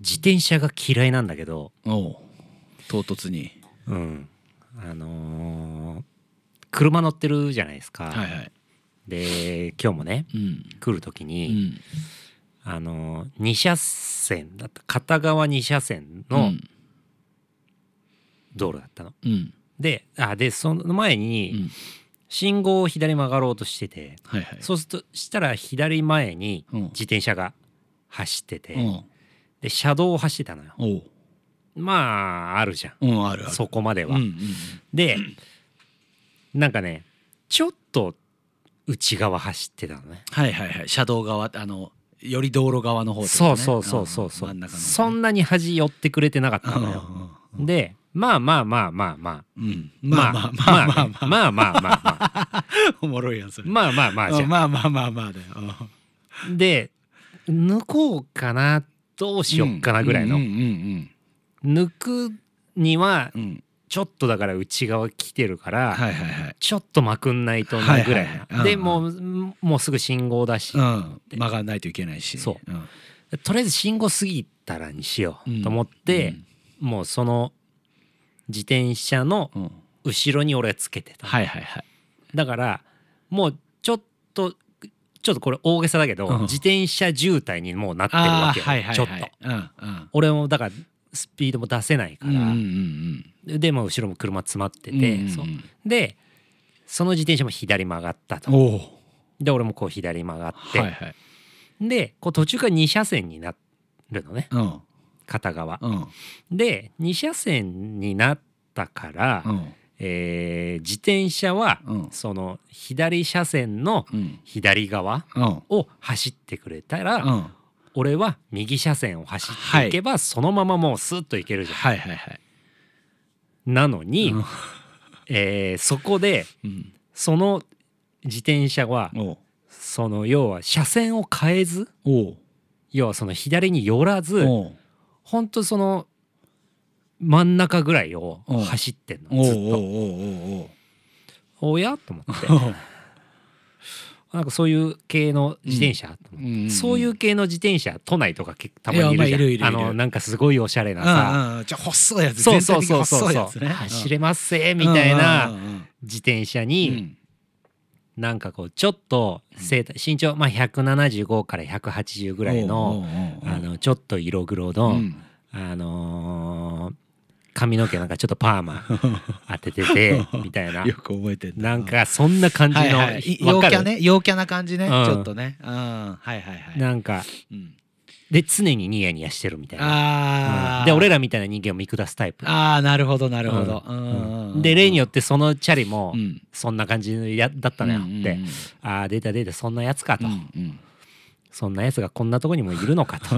自転車が嫌いなんだけど、おう唐突にうん、あのー車乗ってるじゃないですか、はいはいで今日もねうん来る時うに、んあのー、2車線だった片側2車線うのん道路だったの。うんであでその前うにん信号を左曲がろうとしてて、はいはいそうするとしたら左前にうん自転車が走ってて、うんで車道を走ってたのよ。おうまああるじゃんうんあるあるそこまでうんは。うんうんでなんかねちょっと内側走ってたのね。はいはいはい車道側あのより道路側の方ってことそねうそうそうそうそんう、真ん中の方ねそんなに端寄ってくれてなかったのよ。うんでまあまあまあまあまうんうんあまあまあまあまあまあまあまあまあまあおもろいやんそれまあまあまあじゃんまあまあまあまあだよで抜こうかなどうしよっかなぐらいの、うんうん抜くにはうんうんちょっとだから内側来てるから、はいはいはいちょっとまくんないとなぐらいな、はいはいはいうんでもうもうすぐ信号だし、うん曲がんないといけないしそううんとりあえず信号過ぎたらにしようんうと思って、もうその自転車のうんうん後ろに俺はつけてた、はいはいはいだからもうちょっとちょっとこれ大げさだけど、うん自転車渋滞にもうなってるあわあけよ、はいはいはいちょっとうんうん俺もだからスピードも出せないかうんうんら、うんでもう後ろも車詰まってて、うんうんそうでその自転車も左曲がったとおおで俺もこう左曲がって、はいはいでこう途中から2車線になるのねうん片側うんで2車線になったから、うんえー自転車は、うんその左車線のうん左側うんを走ってくれたら、うん俺は右車線を走っていけば、そのままもうスッと行けるじゃん。はいはいはいなのに、うんえーそこでうんその自転車はおうその要は車線を変えずおう要はその左に寄らずおうほんとその真ん中ぐらいを走ってんのおうおうおうずっと。おうおうおやと思っておうなんかそういう系の自転車、と思ってうんうんそういう系の自転車都内とか結構たまにいるじゃんいやまあいるいるいるあのなんかすごいおしゃれなさ、ああじゃあ細いやつそう全そ体う的そにうそう細いそやうつね走れれますせみたいなう自転車にんなんかこうちょっと背身長、まあ、175から180ぐらいの。あのちょっと色黒の、あのー髪の毛なんかちょっとパー マ当てててみたいなよく覚えてんだなんかそんな感じはいの、はいいわ陽かキるャね陽キャな感じねちうんょっとねうんはいはいはいなんかうんで常にニヤニヤしてるみたいな、あうんあで俺らみたいな人間を見下すタイプ、ああなるほどなるほどううんうんうんで例によってそのチャリもうんそんな感じのやだったのよって、うんうんうんああ出た出たそんなやつかと、うんうんそんなやつがこんなとこにもいるの かと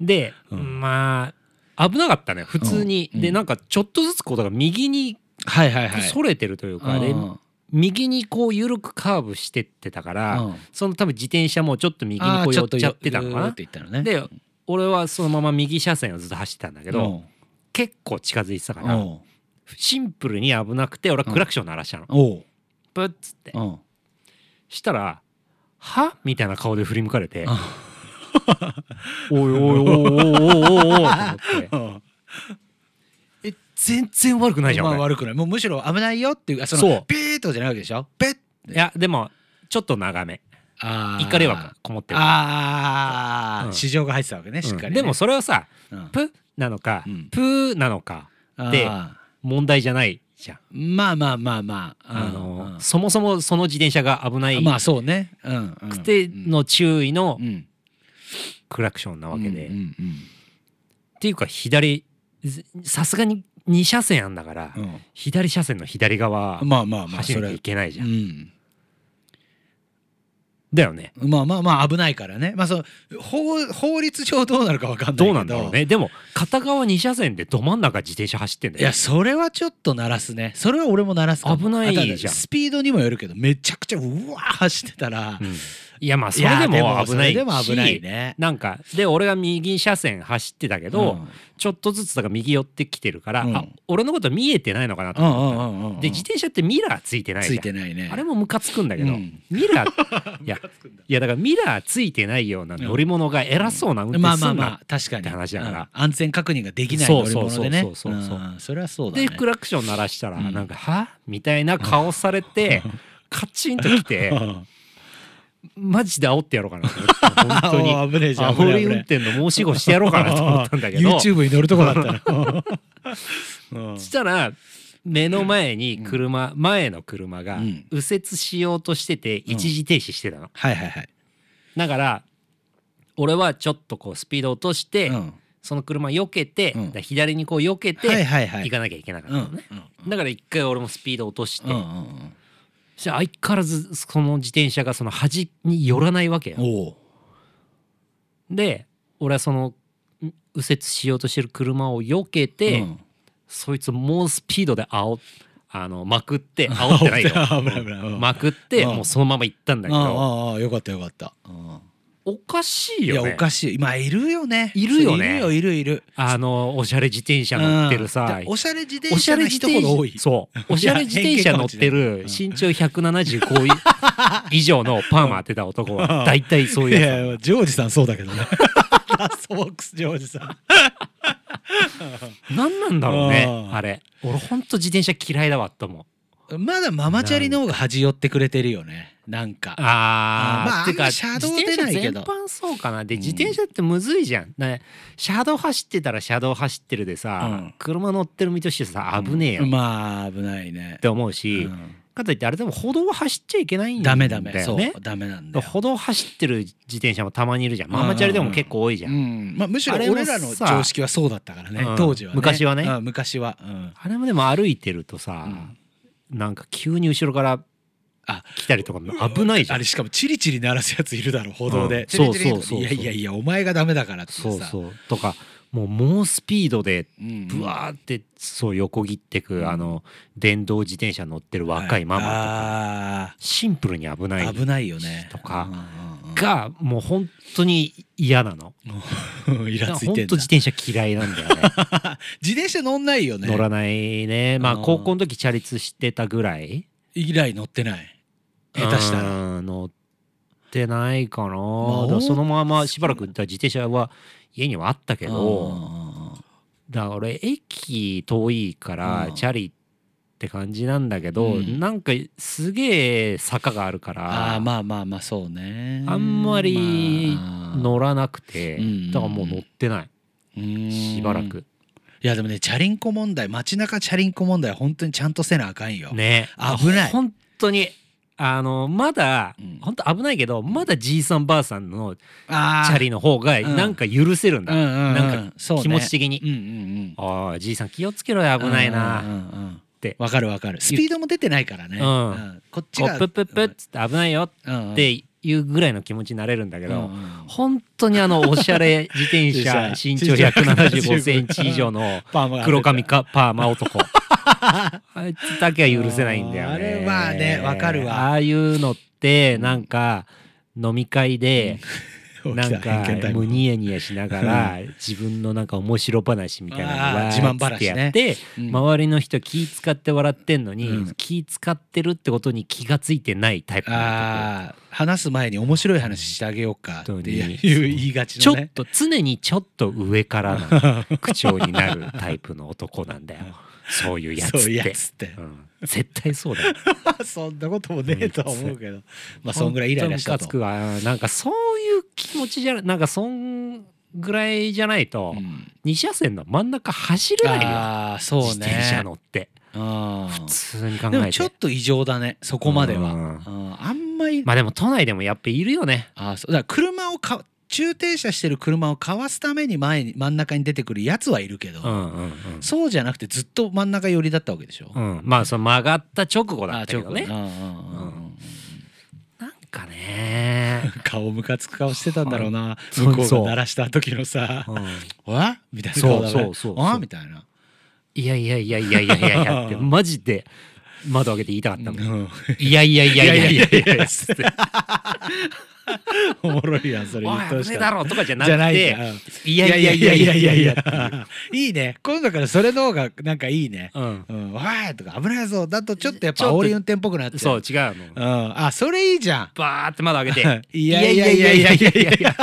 で、まあ危なかったね普通に、うんうんでなんかちょっとずつこうだから右にはいはいはいそれてるというか、でうんうん右にこう緩くカーブしてってたから、うんその多分自転車もちょっと右にこう寄っちゃってたのあーちょっとようーかって言ったのな。ねで俺はそのまま右車線をずっと走ってたんだけど、結構近づいてたから、おうシンプルに危なくて俺はクラクション鳴らしたの。おうブッつっておうしたら「は?」みたいな顔で振り向かれてあ「おいおいおいおいおいおいおい」と思ってうん「え全然悪くないじゃんまあ俺」悪くないもうむしろ危ないよっていうあそそのうピーッとじゃないわけでしょペッいやでもちょっと長めあー怒りはこもってるあうあん市場が入ってたわけねしっかりねでもそれはさうんプなのか、うんプーなのかであ問題じゃないじゃん。ーまあまあまあまああうのんうんそもそもその自転車が危ないまあそうねうんうんくての注意のうんクラクションなわけで。うんうんっていうか左ずさすがに2車線あんだから、うん左車線の左側うんまあまあまあ走そられなきゃいけないじゃん。うんだよね。まあまあまあ危ないからねまあその法法律上どうなるかわかんないけどどうなんだろうね。でも片側2車線でど真ん中自転車走ってんだいよや。それはちょっと鳴らすねそれは俺も鳴らすかも危ないじゃんあとはねスピードにもよるけどめちゃくちゃうわー走ってたら、うんいやまあそれでも危ないやでもそれでも危ないしね。なんかで俺が右車線走ってたけど、ちょっとずつだから右寄ってきてるから、うんあ俺のこと見えてないのかなとうん、うん思っうたの、んうんうんうんで自転車ってミラーついてないつじいゃんてないね。あれもムカつくんだけど、うんミラーいやいやだからミラーついてないような乗り物が偉そうな運転まあすまあんまなあ確かにって話だからうん安全確認ができないそ乗うりそう物そうでねそうそうそううんそれはそうだでねクラクション鳴らしたらうんなんか「はみたいな顔され てカチンときてマジで煽ってやろうかなと思った 本当に あ危ねえじゃん煽り危運ねえ転の申し子してやろうかなと思ったんだけど YouTube に乗るとこだっ たらうんそしたら目の前に車、前の車がうん右折しようとしてて一時停止してたの、はいはいはいだから俺はちょっとこうスピード落として、うんその車避けて、うんだから左にこう避けて、はいはいはい行かなきゃいけなかったうんのね、だから一回俺もスピード落として、うんうんうんそしたら相変わらずその自転車がその端に寄らないわけよおおで俺はそのん右折しようとしてる車を避けて、うんそいつ猛スピードで煽っあのまく って煽ってないよ危ない危ないうんまくってうんもうそのまま行ったんだけあどあああよかったよかったうんおかしいいよやねおかしい今いるよねいるよねそういるよいるいるあのおしゃれ自転車乗ってるうんさでおしゃれ自転おしゃ車れの自人転ほ車ど 多いそうおしゃれ自転車乗ってる偏見かもし身長175い以上のパーマ当てた男は大体そういういややいやジョージさんそうだけどねラストボックスジョージさんつ何なんだろうねうんあれ俺ほんと自転車嫌いだわと思うまだママチャリの方が恥じ寄ってくれてるよねなんかあー、まあていうあんかま車自道転出車ないけ全ど般そうかなでうん自転車ってむずいじゃん、ね車道走ってたら車道走ってるでさ、うん車乗ってる身としてさ危ねえよっまあ危ないねて思うし、うんかといってあれでも歩道を走っちゃいけないんだダよねメダメそうダメなんだよ歩道走ってる自転車もたまにいるじゃんママチャリでも結構多いじゃん、うんまあむしろあれも俺らのさ常識はそうだったからねうん当時はね昔はねうん昔はうんあれもでも歩いてるとさ、なんか急に後ろからあ来たりとかも危ないじゃあんれしかもチリチリ鳴らすやついるだろ歩道うんでチリチリそうそうそうそういやいやいやお前がダメだからってさそうそうとかもう猛スピードでうんブワーってそう横切ってく、あの電動自転車乗ってる若いママとか、あシンプルに危なーい危ないよねとかうんうんがもう本当に嫌なのうんイだラからつい本てん当だ自転車嫌いなんだよね 自転車乗んないよ ね乗らないねまああー高校の時チャリ通してたぐらい以来乗ってない下手したらうん乗ってないかな、あだからそのまましばらくだから自転車は家にはあったけうんどうんうんだから俺駅遠いからうんチャリって感じなんだけど、うんなんかすげえ坂があるかあらあまあまあまあそうねあんまりまあ乗らなくて、うんだからもう乗ってなうーんいしばらくいやでもねチャリンコ問題街中チャリンコ問題本当にちゃんとせなあかんよ、ね危ない本当にあのまだうん本当危ないけどまだじいさんばあさんのチあャリの方がうんなんか許せるんうだ、んうんうんなんかそう、ね、気持ち的にうんうんああじいさん気をつけろようん危ないうんなうんうんてわかるわかるスピードも出てないからね、うんこっちこがうプップップッつって危ないよっっていうぐらいの気持ちになれるんだけど、うんうん本当にあのおしゃれ自転車 自身転長車175センチ以上の パーマが黒髪かパーマ 男あいつだけは許せないんだよねあれまあねわかるわああいうのってなんか飲み会でなんかもうニヤニヤしながら自分のなんか面白話みたいなのあがー自慢話ねってやってうん周りの人気使って笑ってんのうにん気使ってるってことに気がついてないタイプの男ああ話す前に面白い話してあげようかっていう本当に言いがちちょのっねと常にちょっと上からの 口調になるタイプの男なんだよそういうやつそうっいうやて。つってうん絶対そうだよ。そんなこともねえとは思うけど、 まあそんぐらいイライラし本た当ムカつくと。わなんかそういう気持ちじゃなんかそんぐらいじゃないと、うん二車線の真ん中走れないよ、ああそうね。自転車乗ってうん普通に考えてでもちょっと異常だねそこまでは。ううんんあんまり、まあでも都内でもやっぱいるよねあーそうだから車をか中停車してる車をかわすために前に真ん中に出てくるやつはいるけど、うんうんうんそうじゃなくてずっと真ん中寄りだったわけでしょ。うん、まあその曲がった直後だあっーたけどねちょっとうんうんうんうんなんかね、顔ムカつく顔してたんだろうなそう向こうそうが鳴らした時のさうん「わみたいな顔だねそうそうそうそうわみたいないやいやいやいやいやいやいやってマジで窓開けて言いたかったもん、うんいやいやいやいやいやいやいやつっておもろいやんそれ言おっいてほし危ねえかっだたろとかじゃなじゃなくいてんだいやいやいやいやいやいやっていういいね今度からそれの方がなんかいいねうんうん「わい!」とか「危ないぞ」だとちょっとやっちょぱっと煽り運転っぽくなってそう違うのうんあそれいい じゃんバーって窓開けていやいやいやいやいやいやいや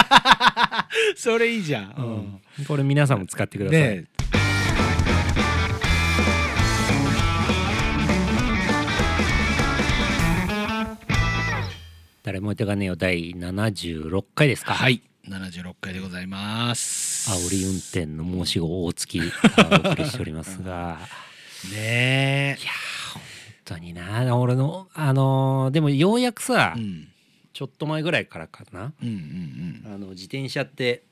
それいいじゃんううんんこれ皆さんも使ってください、ね誰も手がねえよ第76回ですかはい76回でございます煽り運転の申し子大月がお送りしておりますがねえ本当にな俺のあのーでもようやくさ、うんちょっと前ぐらいからかなうんうんあの自転車って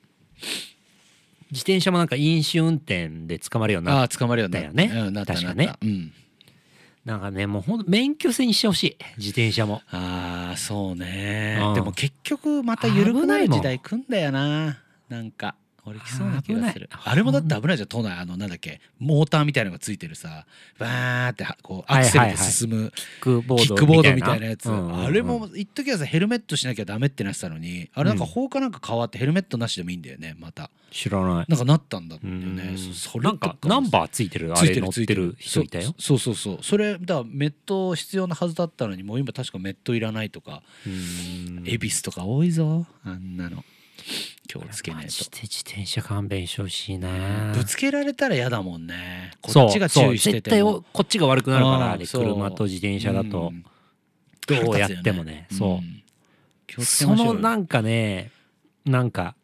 自転車もなんか飲酒運転で捕まるよううにんあなあ捕まるようになだよねうんなった確かなっねたうんなんかねもうほんと免許制にしてほしい自転車もああそうねうんでも結局また緩くなる時代来んだよななんか俺来そうな気がする危ないあれもだって危ないじゃん都内あのなんだっけモーターみたいなのがついてるさバーってはこうアクセルで進むキックボキードックボードみたいなやつうんうんうんあれも一時はさヘルメットしなきゃダメってなってたのにあれなんかうん法かなんか変わってヘルメットなしでもいいんだよねまた知らないなんかなったんだってうよねんそそれなとんかナンバーついてるあついれて乗るっついててるる人いたよ、そそうそうそうそれだからメット必要なはずだったのにもう今確かメットいらないとかうん恵比寿とか多いぞあんなの気をつけなマいジとで自転車勘弁してほしいなぶつけられたら嫌だもんねそうこっちが注意しててそうも絶対こっちが悪くなるからあーあれそう車と自転車だとうんどうやってもねうんそ気うをつけそましょうのよなんかねなんか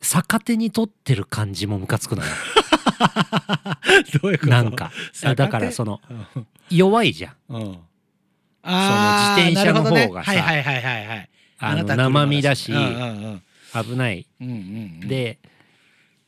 逆手に取ってる感じもムカつく のよ どういうことなんか逆手だからその うん弱いじゃんうん、あーその自転車の方がさ、なるほどねいはいはいはいあのた車生身だしうんうん危ないうんうんうん、で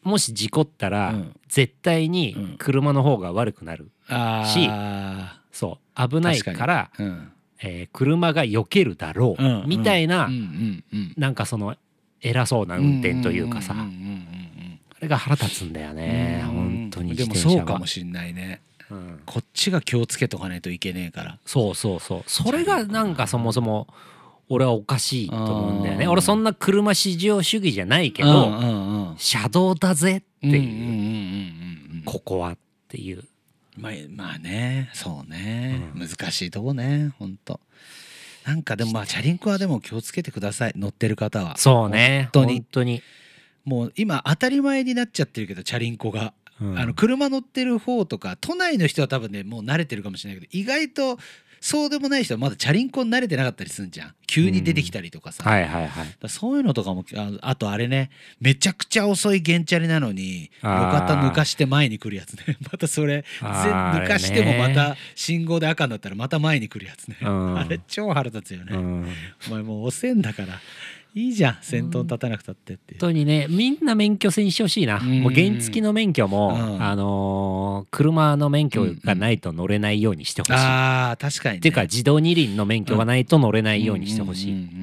もし事故ったらうん絶対に車の方が悪くなるあそう危ない確かにからーうんえー車が避けるだろうんううんみたいなうんうんうんなんかその偉そうな運転というかさんんうんうんあれが腹立つんだようんね本当にで自も転車そうはかもしんないねうんこっちが気をつけとかないといけねえからそうそうそうそれがなんかそもそも俺はおかしいと思うんだよねあー俺そんな車至上主義じゃないけうんうどんうんっ車道だぜってうんいうんううんうんここはっていうまあまあねそうね、う難しいとこねほんとなんかでもまあチャリンコはでも気をつけてください乗ってる方はそうね本当に本当にもう今当たり前になっちゃってるけどチャリンコが、うんあの車乗ってる方とか都内の人は多分ねもう慣れてるかもしれないけど意外とそうでもない人はまだチャリンコに慣れてなかったりするんじゃん急に出てきたりとかさ、だかはいはいはいらそういうのとかもああとあれねめちゃくちゃ遅い原チャリなのに路あー肩抜かして前に来るやつね またそれ全あー抜かしてもまあれた信号で赤になったらまた前に来るやつね、うんあれ超腹立つよね、うん本お前もう遅えんだからいいじゃん先頭に立たなくたってっていう。当にねみんな免許制にしてほしいなうんもう原付の免許もうんあのー車の免許がないと乗れないようにしてほしいっああ確かに、ね、ていうか自動二輪の免許がないと乗れないようにしてほしいうんうんうんうん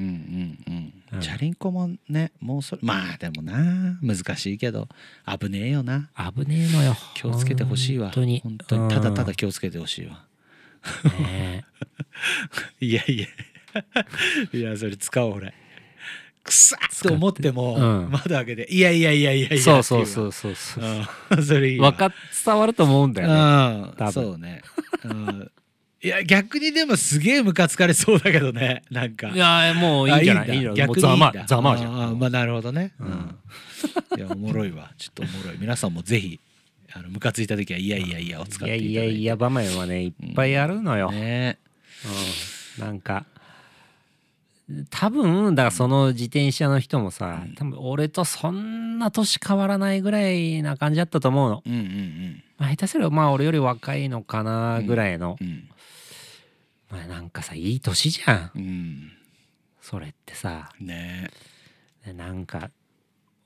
うんうんチャリンコもねもうそれまあでもな難しいけど危ねえよな危ねえのよ気をつけてほしいわ本当に本当にただただね気をつけてほしいわえいやい やいやそれ使おう俺くさっと思ってもうん窓開けていやいやいやいやいやそうそうそううそうそううん それいいわわかっ伝わると思うんだよねう多分んそうね、うん、いや逆にでもすげえムカつかれそうだけどねなんかいやもういいんじゃなあいいいんじゃないもう逆にいいざんまだざまじゃあーんまあなるほどね。ううんん。いやおもろいわ。ちょっとおもろい。皆さんもぜひあのムカついた時はいやいやいやを使いっやていただいて。いやいや場面はねいっぱいあるのよね。うんなんか多分だからその自転車の人もさ多分俺とそんな年変わらないぐらいな感じだったと思うの、うんうんまあ、下手すればまあ俺より若いのかなぐらいの、うんうんまあ、なんかさいい年じゃんうんそれってさね。でなんか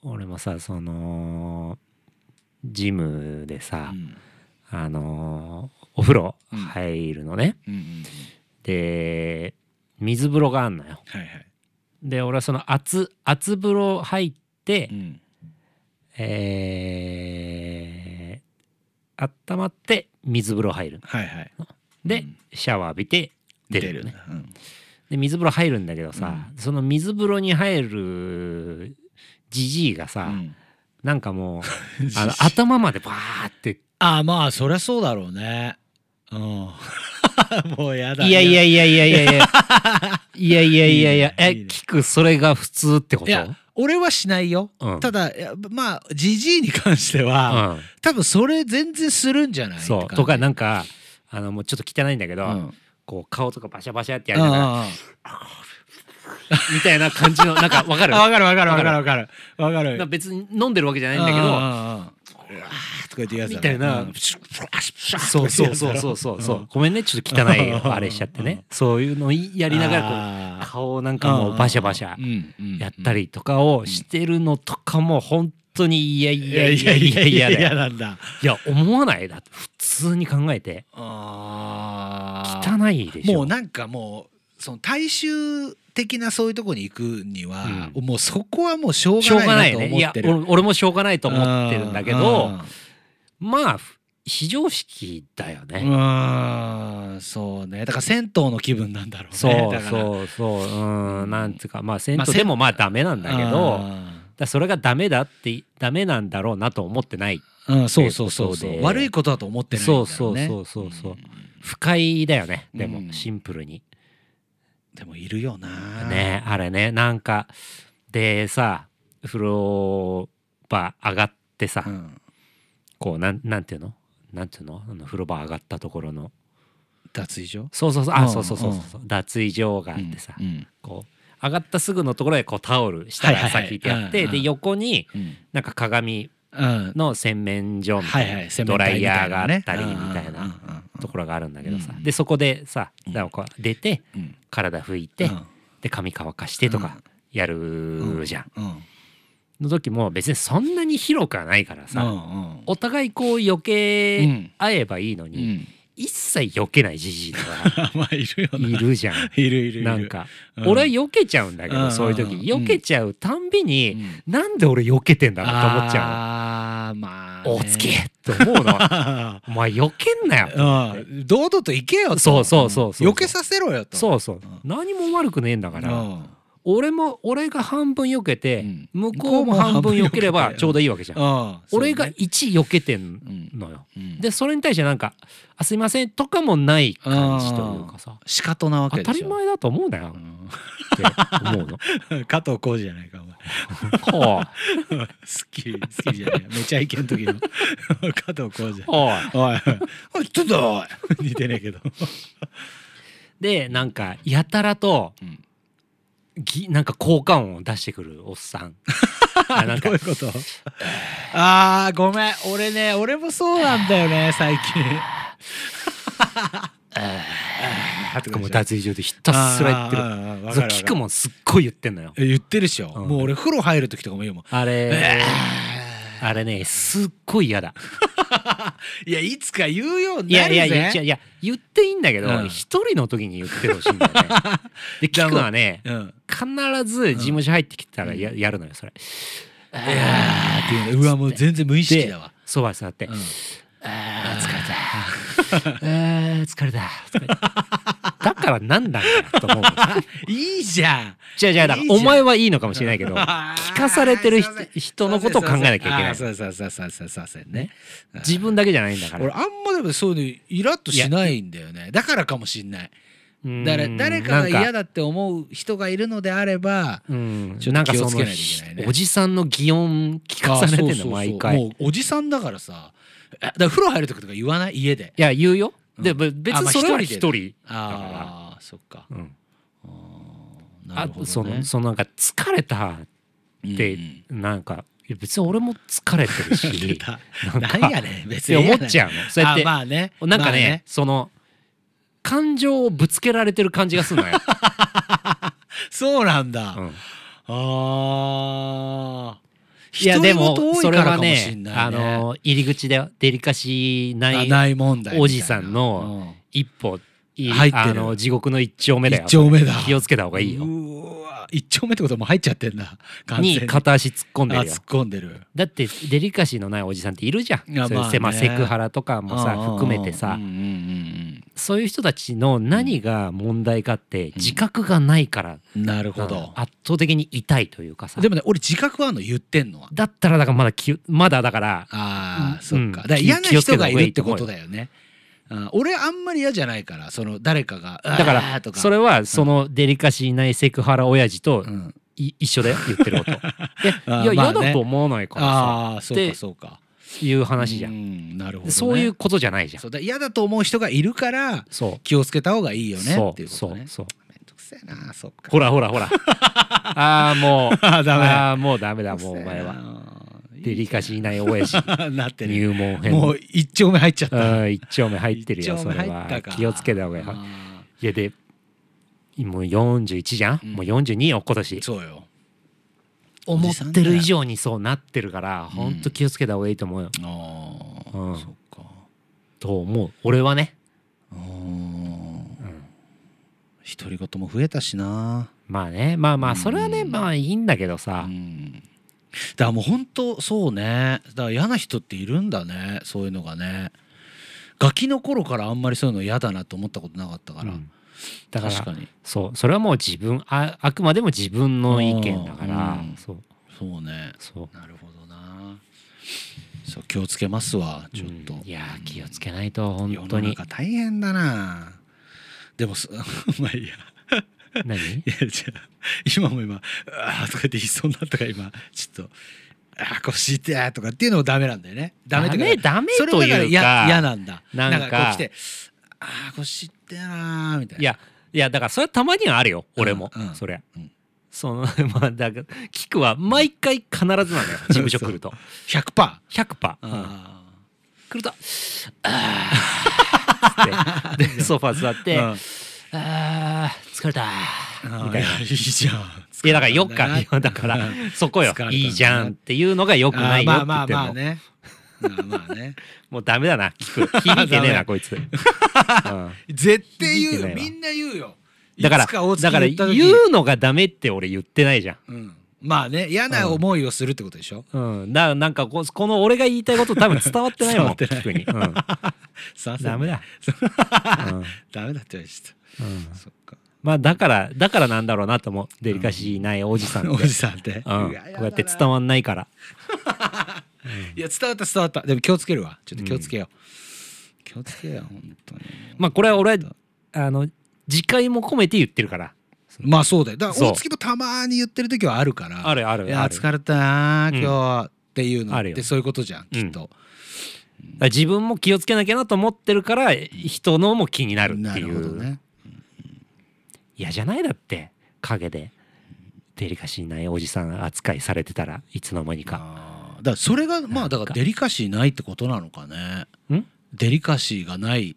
俺もさそのジムでうさ、んあのーお風呂うん入るのね、うんうんで水風呂があんのよはいはい。で俺はその熱熱風呂入って、うんえー、温まって水風呂入るはいはいうでんシャワー浴びて出る出よるねね、うんで水風呂入るんだけどさ、その水風呂に入るじじいがさ、うんなんかもうあの じじい頭までバーってあまあそりゃそうだろうねうん もうやだいやいやいやいやいやいやいやいやいやいやえいいねいいね聞くそれが普通ってこといや俺はしないよ、うんただいやまあじじいに関しては、うん、多分それ全然するんじゃないそうとかなんんかあのもうちょっと汚いんだけど、うんこう顔とかバシャバシャってやうんるうんうじんゃないあみたいな感じのなんかわかるわかるわかるわかるわかるわかるなんか別に飲んでるわけじゃないんだけどけどとか言ってやつだみたいなうんプシュップシュップシュッそうそうそうそうそうそう、ごめんねちょっと汚いあれしちゃってねそういうのやりながらこうら顔なんかもうバシャバシャやったりりとかをしてるのとかも本当にいやいいややいいややいいややいいやだよやなんだいや思わないだって普通に考えてあー汚いでしょもうなんかもうその大衆的なそういうとこに行くには、うもうそこはもうしょうしょうががなないいなとね思いやってる。俺俺もしょうがないと思ってるんだけうんどまあ非常識だよね、うんうんそうねだから銭湯の気分なんだろうねそうだからそうそううんなんつうかまあ銭まあ湯せんでもまあダメなんだけど、うんだからそれがダメだってダメなんだろうなと思ってないうん、そうそうそうとそいうことうで悪いことだと思ってないんだろねそうそうそうそうそうん不快だよねでも、うんシンプルにでもいるよなねあれねなんかでさ風呂場上がってさ、うんこうなんなんていうのなんていうのあの風呂場上がったところの脱衣所そうそうそうあ、うんそうそうそうそう脱衣所があってさ、うんこう上がったすぐのところでこうタオル下から先ってやって、はいはいはいうんうんで横にうんなんか鏡うんの洗面所みたはいいな、はい洗面ドライ台みたヤーいがあなっねたりみたいなうんうんところがあるんだけどさ、うんでそこでさうんだからこう出てうんうん体拭いて、うんで髪乾かしてとかやるじゃん。うんの時も別にそんなに広くはないからうさ、んうんお互いこう余う計ん会えばいいのうに、ん 一切避けないじじいとかまあいるよないるじゃん。 いるいるいるなんか、うん俺は避けちゃうんだけうんうどんうんそういう時避けちゃうたんびうに、んなんで俺避けてんだろうと思っちゃうの。あーまあねおつけって思うのお前避けんなよ うん堂々と行けよとそうそうそうそうん避けさせろよとうそうそううん何も悪くねえんだかから俺も俺が半分避けてうん向こうも半分避ければちょうどいいわけじゃん俺が1避けてんうんのようんでそれに対してなんか「あすいません」とかもない感じというかさ仕方なわけ当でしたょり前だと思うなよって思 うのうん加藤浩次じゃないかお前 おい好き好きじゃないめちゃイケの時の 加藤浩次おいおいおいちょっとおい似てねえけどでなんかやたらとうんぎなんか効果音を出してくるおっさ んあなんかどういうことあーごめん俺ね俺もそうなんだよね最近とかもう脱衣所でひたすら言ってるるそう聞くもんすっごい言ってんのよ言ってるっしょ、うんもう俺風呂入る時とかも言うもんあれあれねすっごい嫌だいやいつか言うよういになやるいぜやいやいやいや言っていいんだけどうん一、人の時に言ってほしいん だよねで聞くのはねうん必ず事務所入ってきたらや,、やるのよそれいやーっていうねうわもう全然無意識でだわ、そばに座ってうん「あー疲れたあー疲れた」疲れただからなんだよと思うのいいじゃんじゃあじゃあだかいいらじゃんお前はいいのかもしれないけどあー聞かされてる人すいません人のことを考えなきゃいけないあーそうそうそうそうそうそうそうね自分だけじゃないんだか俺らあんまでもそういうのイラッとしないんだよねだからかもしんない誰うん誰かがなん嫌だって思う人がいるのであればうんちょっとなんか気をそつのけないといけないねおじさんの擬音聞かされてあんーそうそうのそう毎回いもうおじさんだからさえだから風呂入る時とか言わない家でや言うよでうんべ別あにまあそれは一一人人だかああそっからうんあーなあるほどねそのそのなんか疲れたっうて んなんかいや別に俺も疲れてるうん出したなんかなんやねん別ってに思っちゃゃうのそうやってまあねなんかね,、まあその感情をぶつけられてる感じがする のよ、そうなんだ、うんああーいやでも独り言多そいれからはかもしねんないあの入り口でデリカシーなあいない問題みたいなおじさんの一歩いい入ってるあの地獄の一丁目だよ一丁目だ気をつけた方がいいうよーわ一丁目ってことはもう入っちゃってんだ完全に片足突っ込んであるよ突っ込んでるだってデリカシーのないおじさんっているじゃんいやそういうまあねせまあセクハラとかもさうんうんうん含めてさうんうんうんそういう人たちの何が問題かって自覚がないからうんなるほうんど圧倒的に痛いというかさでもね俺自覚はあるの言ってんのはだったらだからまだきまだだからあーうそっんかだから嫌な人がいるってことだよねうん俺あんまり嫌じゃないからその誰かがだかあーらとかそれはそのデリカシーないセクハラ親父とうんい一緒だよ言って ることあーでいやまあ嫌ねだと思わないからさああそうかそうかいう話じゃんんなるほどねそういうことじゃないじゃんそうだ嫌だと思う人がいるからそ気をつけた方がいいうよねそっていううことそねうそうめんどくせえなそっかほらほらほ らああもうあーダメだああもうダメだもうお前はデリカシーない親父ー なってる入門編もう一丁目入っちゃっうたん一丁目入ってるよ一丁そ目れ入っはたか気をつけた方がいいよあいやでもう41じゃん、うんもう42よ今年ーそうよ思ってる以おじ上にそうなってるからほんと気をつけた方がいいと思うよ、さんだよあうーんそっかと思う俺はねうーん独り言も増えたしなまあねまあまあそれはね、うんまあいいんだけどさ、うんだからもう本当そうねだから嫌な人っているんだねそういうのがねガキの頃からあんまりそういうの嫌だなと思ったことなかったから、うんだから確かにそうそれはもう自分ああくまでも自分の意見だから、うんそうそうねそうなるほどなそう気をつけますわちょっと、うんいやー気をつけないと本当世のに中大変だなでもす まあいいや 何いやじゃあ今も今「ああ」とか言って言いそうになったから今ちょっと「ああ腰痛い」とかっていうのもダメなんだよねダメとかダメそれもとだからいうや嫌かなんだなんかなんかこう来て「ああ腰痛いなー」みたいないやいやだからそれはたまにはあるようん俺も、うんそりゃ、うんその まあだから聞くは毎回必ずなのよ事務所来 ると100%パ100%、ーうんあ来ると「あー」って でソファ座って「うんあー疲れた」ーみたいないやいいじゃんいやだからよっか疲れよただなからうんそこよ疲れたんだないいじゃんっていうのがよくないよあっーてま言あってまあまあもねまあまあねもうダメだな 聞く響いてねえダなメこ いつ、うん絶対言う響いてないよわみんな言うよだかいらつか大だから月に行った時言うのがダメって俺言ってないじゃんうんまあね嫌な思いをするってことでしょうん、だなんかここの俺が言いたいこと多 分伝わってないもん伝わ聞くに、うんすいませんダメ だ、うんダメだって言われちゃっうんたそっかまあだからだからなんだろうなと思うデリカシーないおじさん って、うおんじさんっこて、ううわやって伝わんないからいや伝わった伝わったでも気をつけるわちょっと気をつけよう、気をつけよう本当にまあこれは俺はあの自戒も込めて言ってるからまあそうだよだからそう大月もたまに言ってる時はあるからあるあるいやある疲れたなうん今日は、っていうのあっるよてそういうことじゃんきっと、だから自分も気をつけなきゃなと思ってるから人のも気になるっなているほどう、ね嫌じゃないだって陰でデリカシーないおじさん扱いされてたらいつの間にかあーだからそれがまあだからデリカシーないってことなのかねんデリカシーがない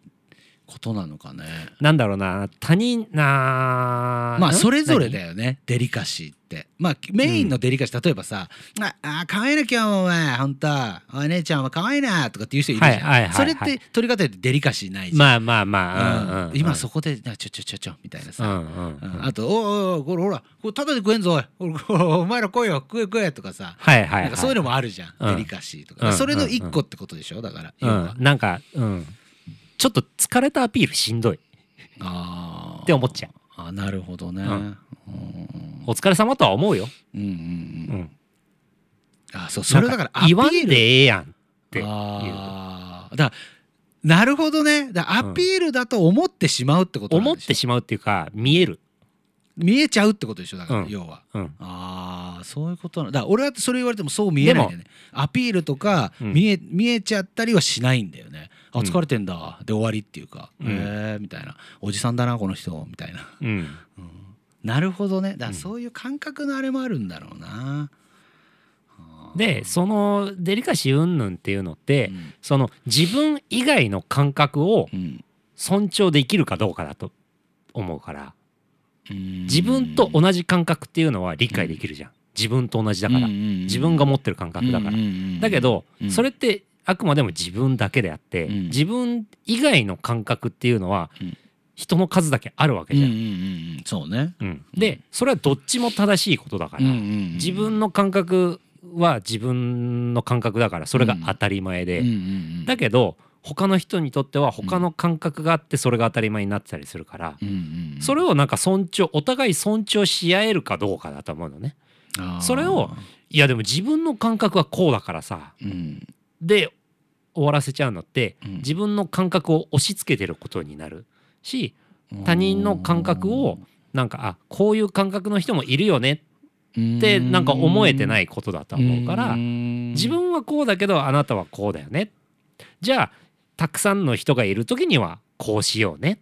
ことなのかねなんだろうな他人なまあそれぞれでだよねデリカシーってまあメインのデリカシー例えばさ「ああー可愛いな今日もお前ほんとお姉ちゃんは可愛いな」とかっていう人いるじゃん、はいはいはいはいそれって取り方でデリカシーないじゃん、まあまあまあ、うんうん今そこでなんかちょちょちょちょみたいなうさ、んうんううんんあと「おいおいおいこれほらこれタダで食えんぞおい おいおいお前ら来いよ食え食え」とかさはいはい、はなんい、かそういうのもあるじゃん、うんデリカシーとか、うんそれの一個ってことでしょだから、う要んは、なんか、うん、ちょっと疲れたアピールしんどいっあーて思っちゃうあなるほどね、ううんん、お疲れ様とは思うよ、うんうんううんん、あそうそれだからアピ言わんールでええやんっていうああーだからなるほどねだからうんアピールだと思ってしまうってことなん思っでしょてしまうっていうか見える、見えちゃうってことでしょだから、うん要はうん、ああそういうことなだから俺はそれ言われてもそう見えないんだよねアピールとか、うん見え見えちゃったりはしないんだよねあうん疲れてんだ、で終わりっていうか、うんへえみたいなおじさんだなこの人みたいなうん、なるほどねだかうんらそういう感覚のあれもあるんだろうな、あーでそのデリカシー云々っていうのって、うんその自分以外の感覚をうん尊重できるかどうかだと思うからうん自分と同じ感覚っていうのは理解できるじゃん自分と同じだから、自自分が持ってる感覚だから、だけど、うんそれってあくまでも自分だけであって、うん自分以外の感覚っていうのは、うん人の数だけあるわけじゃん。うんそうねうんでそれはどっちも正しいことだから、自自分の感覚は自分の感覚だからそれが当たり前で、だけど他の人にとっては他の感覚があってそれが当たり前になってたりするから、それををなんか尊重お互い尊重し合えるかどうかだと思うのね。それをいやでも自分の感覚はこうだからさうんで終わらせちゃうのってうん自分の感覚を押し付けてることになるし他人の感覚をなんかあこういう感覚の人もいるよねってなんか思えてないいことだと思うから自分はこうだけどあなたはこうだよねじゃあたくさんの人がいる時にはこうしようね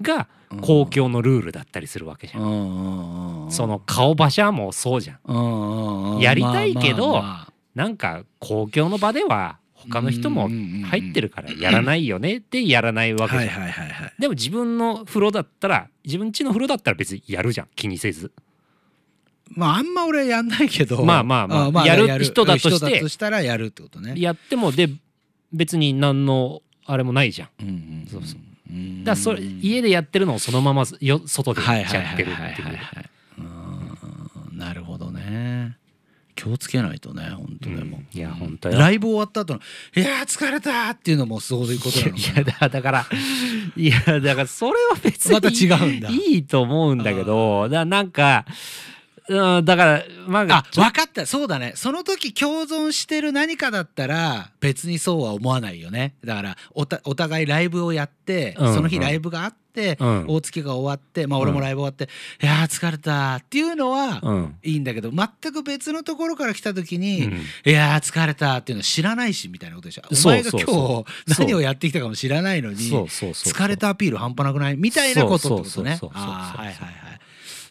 が公共のルールだったりするわけじゃん。その顔馬車もそうじゃん。やりたいけどなんか公共の場では他の人も入ってるるからやらないよねってやらないわけじゃん。はいはいはいはいでも自分の風呂だったら自分家の風呂だったら別にやるじゃん気にせずまああんま俺やんないけどまあまあまあやる人だとして人したらやるってことねやってもで別に何のあれもないじゃんうんうんうんそうそうんだからそれ家でやってるのをそのままよ外でやっちゃってるっていういうんなるほどね気をつけないとね本当うでも、んいや本当よライブ終わった後の「いやー疲れた!」っていうのもそういうことなのいかなやだだから いやだからそれは別にまた違うんだいいと思うんだけどだなんかうんだからまああ分かったそうだねその時共存してる何かだったら別にそうは思わないよねだからおたお互いライブをやって、うんうんその日ライブがあっうて、ん大月が終わってまあ俺もライブ終わって「いやー疲れた!」っていうのはうんいいんだけど全く別のところから来た時うに「んいやー疲れたっていうの知らないしみたいなことでしょおそう前がそう今そ日うそう何をやってきたかも知らないのにそうそうそう疲れたアピール半端なくないみたいなことってことねそうそうそうそうあーはいはいはい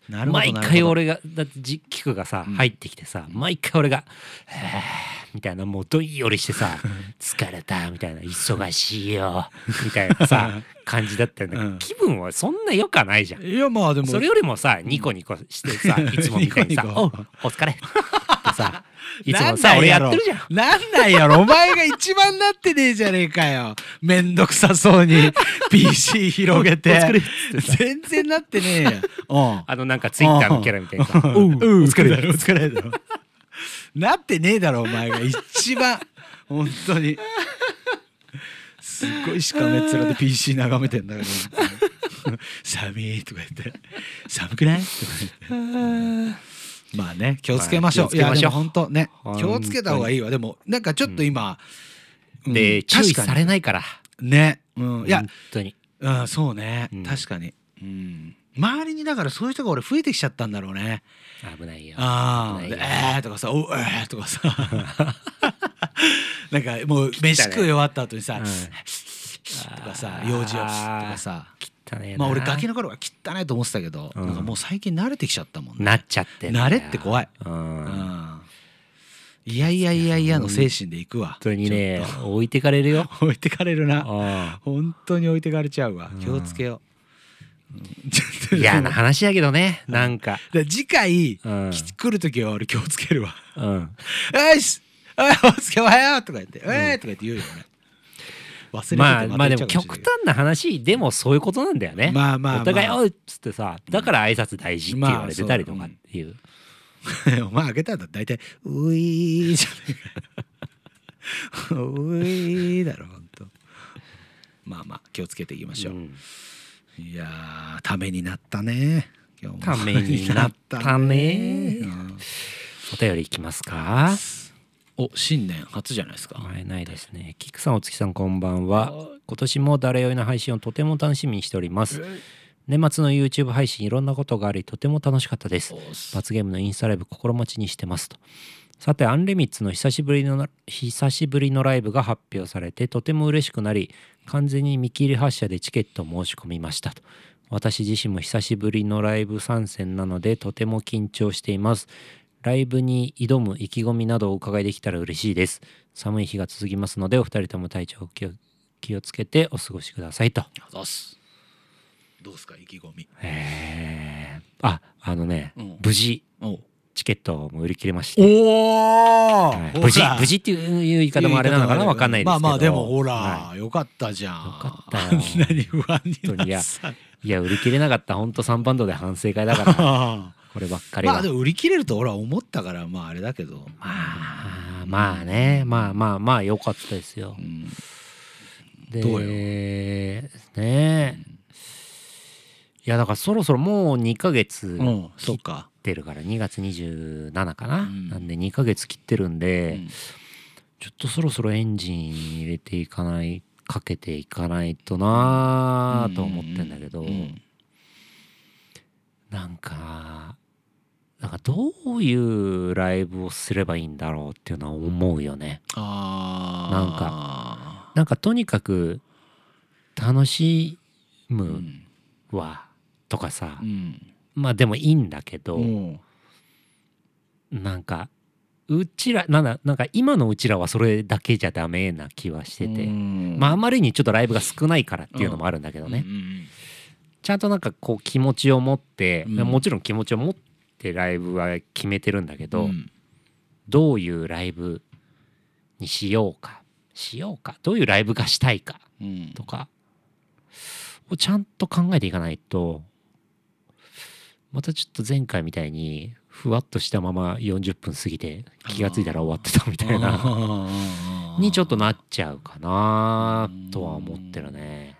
なるほど毎なる回ほど俺がだってじキクがさうん入ってきてさ、毎回俺が「へーみたいなもうどんよりして さ「疲れた」みたいな「忙しいよ」みたいなさ感じだったんだけど、うん気分はそんな良くはないじゃん。いやまあでもそれよりもさニコニコして さいつもみたいにさ「ニコおニうお疲れ」って さいつなもんなさん俺ややろってるじゃん。なんなんやろお前が一番なってねえじゃねえかよめんどくさそうに PC 広げおて疲れっ全然なってねえようんあのなんかツイッターのキャラみたいにさ「おううんお疲れ」だろお疲れだろなってねえだろお前が一番本当にすっごいしかめっ面で PC 眺めてんだから本当に寒いとか言って寒くないとか言ってまあね気をつけましょう、まあ気をつけましょういやでも本当ね本当に気をつけた方がいいわでもなんかちょっと今、うんで注意確かにされないからね、うん、いや本、当にうん、そうね、うん確かに、うん、周りにだからそういう人が俺増えてきちゃったんだろうね危ないよ。ああ、ないでよえーとかさ、おうえーとかさ。 なんかもう飯食い終わった後にさ、うん とかさ、用事をとかさ。汚ねえなまあ俺ガキの頃は汚いと思ってたけど、うんなんかもう最近慣れてきちゃったもんね。なっちゃってんだよ慣れって怖い。ううん本ん。いやいやいやいやの精神で行くわ。当にね置いてかれる よちょっと。置いてかれるな。あ本当に置いてかれちゃうわう。ん気をつけよう。ちょっあと嫌な。話だけどねなんかだから次回、うんき来る時は俺気をつけるわ。うんよしおいおつけおはようとか言って、うえーとか言って言うよね。忘れててまあまあでもた言っちゃう極か端しれないな話でもそういうことなんだよねまあまあまあお互い「おい」っつってさだから挨拶大事って言われてたりとかっていうけどお前開けたんだ大体「うい」じゃないかういだろほんとまあまあ気をつけていきましょう、うんいやーためになったね今日もためになったねためになったねお便りいきますかうんお新年初じゃないですか前ないですねキックさんお月さんこんばんは今年も誰よりの配信をとても楽しみにしております年末の YouTube 配信いろんなことがありとても楽しかったです罰ゲームのインスタライブ心待ちにしてますとさてアンリミッツの久しぶりのな久しぶりのライブが発表されてとても嬉しくなり完全に見切り発車でチケットを申し込みましたと私自身も久しぶりのライブ参戦なのでとても緊張していますライブに挑む意気込みなどをお伺いできたら嬉しいです寒い日が続きますのでお二人とも体調を気を気をつけてお過ごしくださいとあざっすどうですか意気込みえーああのね、うん無事おうチケットも売り切れまして、おお、はいほら無事無事っていう言い方もあれなのかなわかんないですけどまあまあでもほら、はよかったじゃんよかったよあんなに不安にいなやっさいや売り切れなかった本当三バンドで反省会だからまこればっかりは、まあでも売り切れると俺は思ったからまああれだけど、あ、まあねまあまあまあ良かったですようんでどうよねえいやだからそろそろもう2ヶ月う切っん、そうか、てるから2月27かな、うんなんで2ヶ月切ってるんうで、んちょっとそろそろエンジン入れていかないかけていかないとなあと思ってんだけど、ううんなんかなんかどういうライブをすればいいんだろうっていうのは思うよね。あなんかなんかとにかく楽しうむんはとかさ、うんまあでもいいんだけど、うんなんかうちらなんだなんか今のうちらはそれだけじゃダメな気はしてて、うんまああまりにちょっとライブが少ないからっていうのもあるんだけどね、うんちゃんとなんかこう気持ちを持って、うんもちろん気持ちを持ってライブは決めてるんだけうんど、うんどういうライブにしようかしようかどういうライブがしたいかうんとかをちゃんと考えていかないとまたちょっと前回みたいにふわっとしたまま40分過ぎて気がついたら終わってたみたいななにちょっとなっちゃうかなとは思ってるね。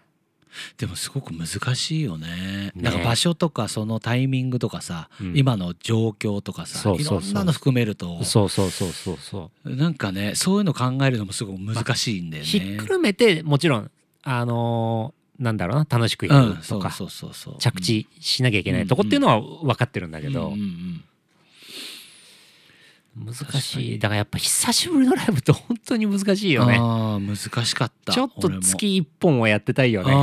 でもすごく難しいよねねなんか場所とかそのタイミングとかさ、うん今の状況とかさそうそうそういろんなの含めるとそうそうそうそうそう。なんかねそういうの考えるのもすごく難しいんだよね。ひっくるめてもちろんあのーなんだろうな楽しくうやんるそとうかそうそうそう着地しなきゃいけないとこっていうのは分かってるんだけうどんうん難確かしにいだからやっぱ久しぶりのライブって本当に難しいうんよね。あー難しかったちょっと俺も月一本はやってたいよね。あ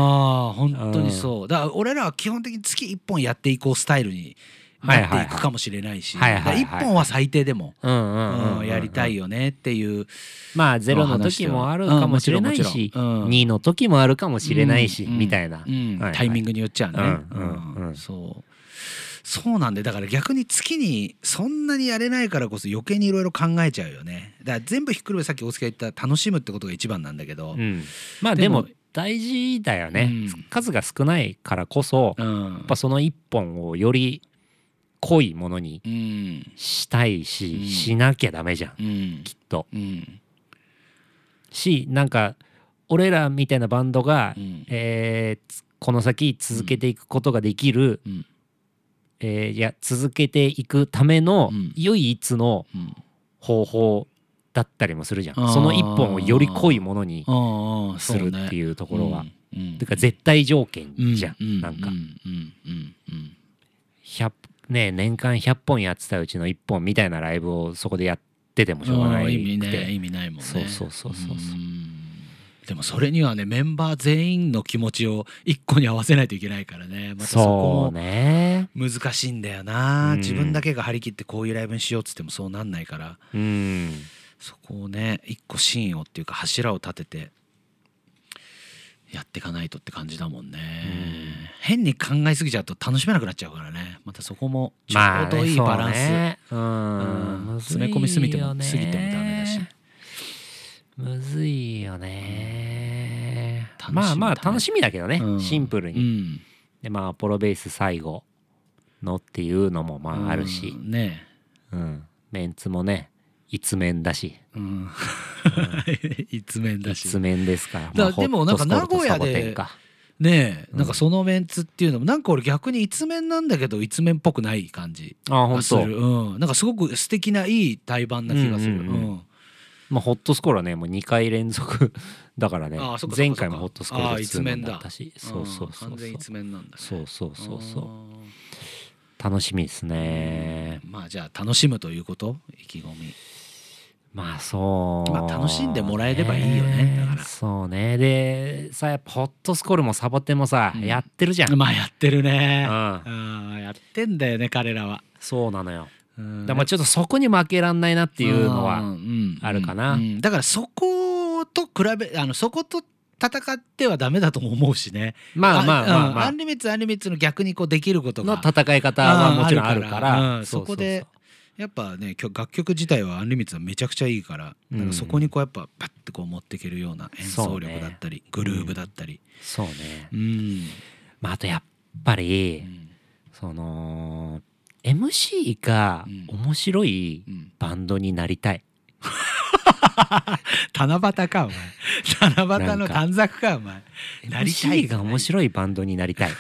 あ本当にそうだから俺らは基本的に月1本やっていこうスタイルになっていくかもしれないし、はいはいはいはいはい1本は最低でも、うんうんうんうんやりたいよ。よねっていうまあゼロの時もあるかもしれないうんもし、ちろんもちろんうん2の時もあるかもしれないし、みたいなう。んはいタイミングによっちゃね、うんうんうんうんそうそうなんでだから逆に月にそんなにやれないからこそ余計にいろいろ考えちゃうよねだから全部ひっくるめさっき大塚が言った楽しむってことが一番なんだけどうんまあでもでも大事だよねうん。数が少ないからこそ、やうっん、やっぱその1本をより濃いものにうんしたいうし、んしなきゃダメじゃん、うんきっと。うんし、なんか俺らみたいなバンドがう、んえーつこの先続けていくことができる、うんえーいや続けていくためのうん唯一のうん方法だったりもするじゃん、あーその一本をより濃いものにああするっていうところは、うんうんてか絶対条件じゃん、うなんかうんうんうんうん100ね年間100本やってたうちの1本みたいなライブをそこでやっててもしょうがないうん意味くてね意味ないもんねそうそうそうそうそうんでもそれにはねメンバー全員の気持ちを一個に合わせないといけないからねまたそそこうもね難しいんだよな、うん自分だけが張り切ってこういうライブにしようっつってもそうなんないからうんそこをね一個シーンをっていうか柱を立ててやっていかないとって感じだもんね、変に考えすぎちゃうと楽しめなくなっちゃうからねまたそこもちょまあうどいいバランス、ねそうねううんん、詰め込みすぎてもむ過ずいよぎねてもダメだしむずいよね楽しみまあまあだね楽しみだけどね、うんシンプルうに、んでまあアポロベース最後のっていうのもまああるしう、んねうんメンツもね一面だしうん 一面だし一面ですからだまあでもなんかホットスコールと名古サ屋でボテンかねえうんなんかそのメンツっていうのもなんか俺逆に一面なんだけど一面っぽくない感じあが本す当る、うん、なんかすごく素敵ないい対バンな気がする、ううんんうんうんまあホットスコールはねもう2回連続 だからねあそっかそっか前回もホットスコーあルで一通面面だだったしそうそうそうそん完う全一面なんだねそうそうそうそうあ楽しみですねーまあじゃあ楽しむということ意気込みまあそう、まあ楽しんでもらえればいいよねだからそうねでさやっぱホットスコールもサボテンもさ、うんやってるじゃん、まあやってるねううんやってんだよね彼らはそうなのようんだからまあちょっとそこに負けらんないなっていうのんはんあるかなうんうんだからそこと比べあのそこと戦ってはダメだとも思うしねまあまあまあうんまアンリミッツアンリミッツの逆にこうできることあのが戦い方はもちろんあるかうんあるからうらんそこでやっぱね今日楽曲自体はアンリミッツはめちゃくちゃいいから,、うんなんかそこにこうやっぱパッてこう持っていけるような演奏力だったり、グルーブだったり、そうねう。んまああとやっぱうりんその MC が面白いうんバンドになりたい。七夕かお前七夕の短冊かお前なりたい MC が面白いバンドになりた い。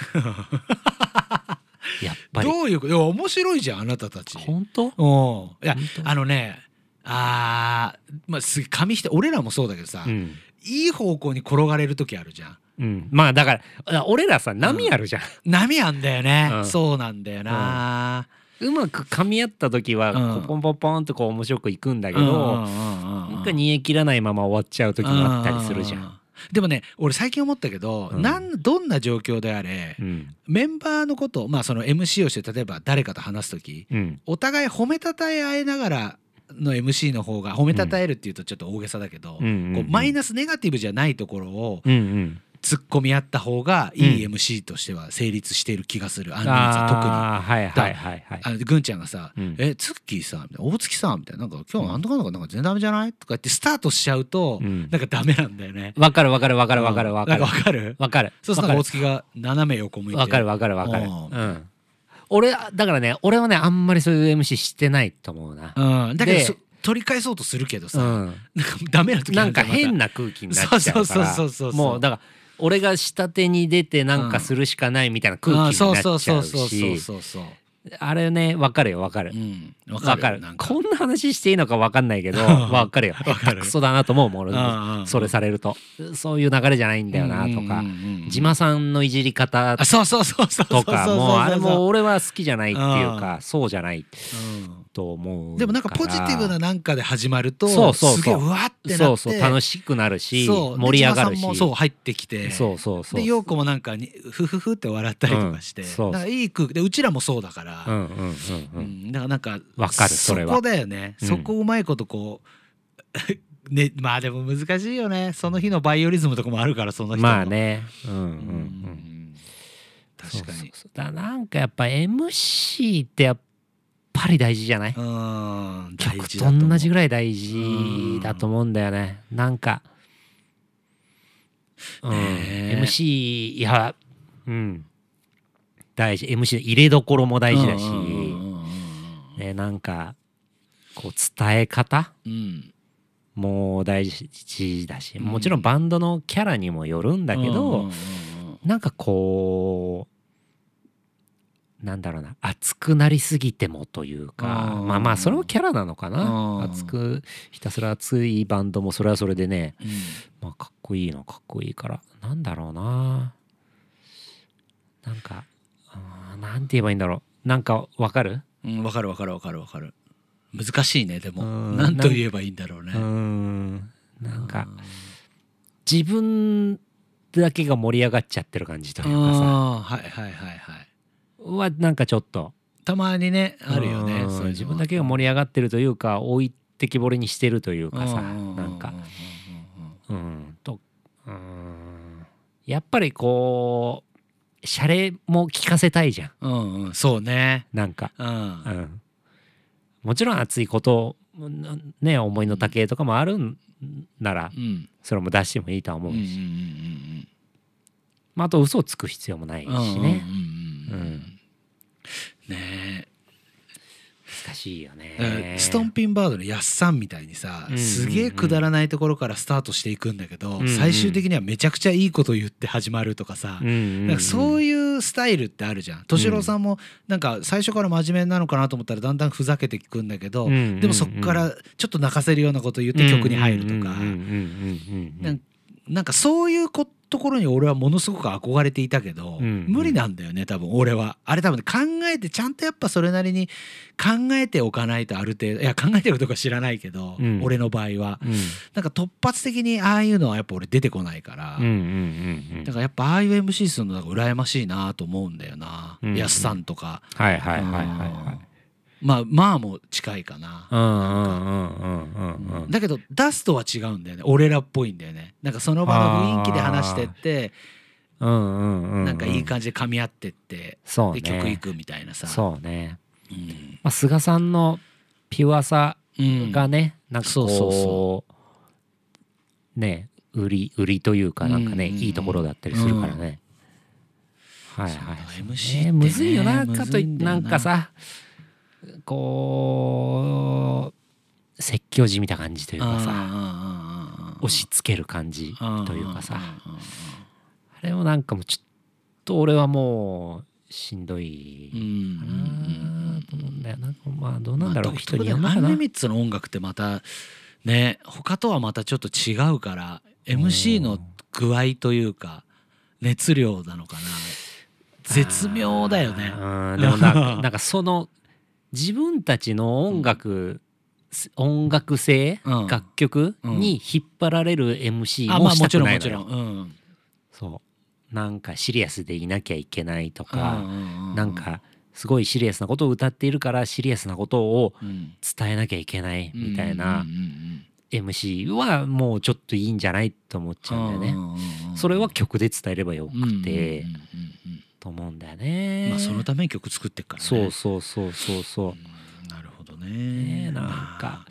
やっぱりどういうこといや面白いじゃんあなたたち本当？おういや本当あのねあーまあす紙一重俺らもそうだけどさ、うん。いい方向に転がれる時あるじゃんうん、まあだからあ俺らさ波あるじゃん、波あんだよね、うんそうなんだよな、うまく噛み合った時はうこうんポンポンポンとこう面白くいくんだだけど、なんか煮え切らないまま終わっちゃう時もあったりするじゃん。でもね俺最近思ったけど、うんなんどんな状況であれ、うんメンバーのことまあその MC をして例えば誰かと話す時うんお互い褒めたたえ合いながらの MC の方が褒めたたえるっていうとちょっと大げさだけど、うんうんこうマイナスネガティブじゃないところをうんうん、突っ込み合った方がいいうん MC としては成立している気がする、アンリーズは特に。ああはいはいはいはい。あのぐんちゃんがさ「うんえツッキーさ」みたいな「大月さ」みたいな「なんか今日なんとかなんかなんか全然ダメじゃない?」とか言ってスタートしちゃうと、うんなんかダメなんだよね。わかるわかるわかるわかるわかうんるなんわかるわかる。そうするわかとなんかる大月が斜め横向いてわかるわかるわかる。ううんん。俺だからね俺はねあんまりそういう MC してないと思うな。うん、だけどでそ取り返そうとするけどうさ、ん。なんかダメな時あなるんじかゃまた変な空気になっちゃうから。そうそうそうそうそうもうだから俺が下手に出てなんかするしかないみたいな空気になっちゃうし。そうそうそうそうそうあれねわかるよわかるう。んわわかかるるなんかこんな話していいのかわかんないけどわかるよわかるクソだなと思うもん俺うんうんうもんそれされるとそういう流れじゃないんだよなとかうんうんうんうん自慢さんのいじり方あそうそうそうそうそうとそうかそうもうあれもそ俺は好きじゃないっていうかそうじゃないううんと思うでもなんかポジティブななんかで始まるとそうそうそうすげえうわってなってそうそう楽しくなるしそうで盛り上がる千葉さんもしそう入ってきてそうそうそうで陽子もなんかにふふふって笑ったりとかして、うんそうなんかいい空気でうちらもそうだかうんら、うんうんううんんだからなんかわかるそれはこだよね、うんそこうまいことこう ねまあでも難しいよねその日のバイオリズムとかもあるからその人のまあねうんうんううんん確そかうそうにそうだなんかやっぱ MC ってやっぱり大事じゃないうん大曲事とだ思う同じぐらい大事だと思うんだよねなんか、うん、ねえ MC いやうん大事 MC の入れどころも大事だし、うんうんうんね、なんかこう伝え方うんうんも大事だしうんもちろんバンドのキャラにもよるんだけど、うんうんうんなんかこうなんだろうな熱くなりすぎてもというかうんまあまあそれもキャラなのかうんな熱くひたすら熱いバンドもそれはそれでね、うんまあ、かっこいいのはかっこいいからなんだろうななんかあーなんて言えばいいんだろうなんかわかるうん、わかるわかるわかるわかる。難しいね、でも。うんなんと言えばいいんだろうねう。んなんか自分だけが盛り上がっちゃってる感じというかさああ、はいはいはいはい。はなんかちょっとたまにね、あるよね。うんそういうのは自分だけが盛り上がってるというか置いてきぼりにしてるというかさなんか。うんとうんやっぱりこうシャレも聞かせたいじゃんうんうんうんうんうん、うんうん、そうね。なんか、うん。うんうん、もちろん熱いことね思いの丈とかもあるんならうんそれも出してもいいとはう思んううんうし、んまあ、あと嘘をつく必要もないしうんうんうんね、うんうんうんね難しいよえだかねらストンピンバードのやっさんみたいにさ、うんうんうんすげえくだらないところからスタートしていくんだけど、うんうん最終的にはめちゃくちゃいいこと言って始まるとかさ、うんうんなんかそういいうスタイルってあるじゃん敏郎さんもなんか最初から真面目なのかなと思ったらだんだんふざけていくんだけど、うんうんうんでもそこからちょっと泣かせるようなこと言って曲に入るとか、なんかなんかそういうこところに俺はものすごく憧れていたけど、うんうん無理なんだよね多分俺はあれ多分ね考えてちゃんとやっぱそれなりに考えておかないとある程度いや考えてるとか知らないけど、うん俺の場合はなんか突発的にああいうのはやっぱ俺出てこないから、だからやっぱああいう MC するのなんか羨ましいなと思うんだよな、うんやっさんとか、はいはいはいはいはいうんまあまあも近いかな、うんうんうんうんうんうんだけど出すとは違うんだよね俺らっぽいんだよねなんかその場の雰囲気で話してってうんうんうんなんかいい感じで噛み合ってって、そうで曲いねくみたいなさそうねうんまあ菅さんのピュアさうんがね、なんかこうそうそうそね売り売りというかなんかね、うんうんうんいいところだったりするからね、はいはいそうだ MC ってねむずいよなかといむずいんだよななんかさこう説教じみた感じというかささ押し付ける感じというかさあうれもなんかもうちょっと俺はもうしんどいんうんかうんうなと思うんんだよなんかまあどうまなんだあろう、独人特にだよよるのアかンなリミッツの音楽ってまたね他とはまたちょっと違うから MC の具合というか熱量なのかな絶妙だよねあ。ーうんでもなんか なんかその自分たちの音楽、音楽性、うん楽曲うんに引っ張られる MC あもまあしもたちくろんなもいのちよ、ろん。うんそうなんかシリアスでいなきゃいけないとうか、ううなん、かすごいシリアスなことを歌っているからシリアスなことをうん伝えなきゃいけないみたいうんなうんうん MC はもうちょっといいんじゃないと思っちゃうんだよね。うんうんうんそれは曲で伝えればようんうんうんくて、うんと思うんだようんね。まあそのために曲作ってっからね。そうそうそうそうそう。うんなるほどねね。えなんまかあ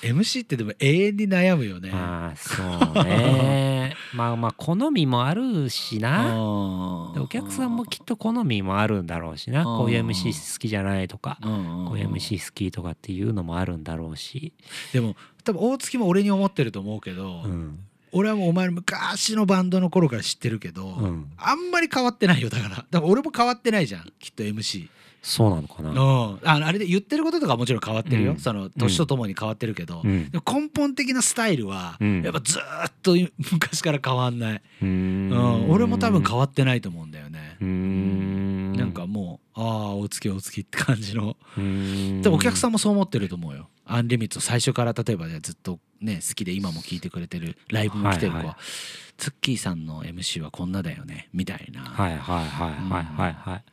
MC ってでも永遠に悩むよね。まあそう ねまあまあ好みもあるしなあでお客さんもきっと好みもあるんだろうしなこういう MC 好きじゃないとかここういう MC 好きとかっていうのもあるんだろうし、でも多分大月も俺に思ってると思うけど、うん俺はもうお前の昔のバンドの頃から知ってるけど、うん、あんまり変わってないよだからだから俺も変わってないじゃんきっと MC、そうなのかうな。ん、ああれで言ってることとかはもちろん変わってるよ、うんその年とともに変わってるけど、うんでも根本的なスタイルは、うんやっぱずーっと 昔から変わんない、うーうんん、俺も多分変わってないと思うんだよねうー、んなんかもうああ大月大月って感じのうーんでもお客さんもそう思ってると思うよ。アンリミッツを最初から例えばねずっとね好きで今も聴いてくれてるライブも来てる子は、はいはいツッキーさんの MC はこんなだよねみたいな、はいはいはいはいはいはい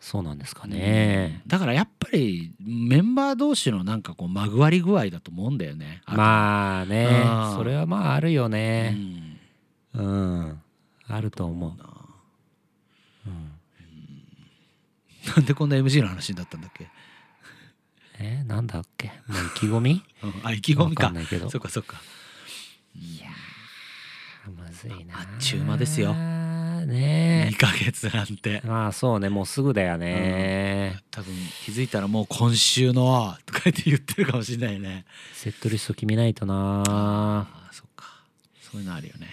そうなんですかね。だからやっぱりメンバー同士のなんかこうまぐわり具合だと思うんだよね。とまあねあーそれはまああるようね。んうん、あると思う。なんでこんな MC の話になったんだっけ、えーなんだっけもう意気込みうん あ意気込わみかかんないけどそっかそっかむずいなあっちゅう間ですよ2ねヶ月なんてえまあそうねもうすぐだよね、多分気づいたらもう今週のとか言って言ってるかもしれないねセットリスト決めないとなあーそっかそういうのあるよね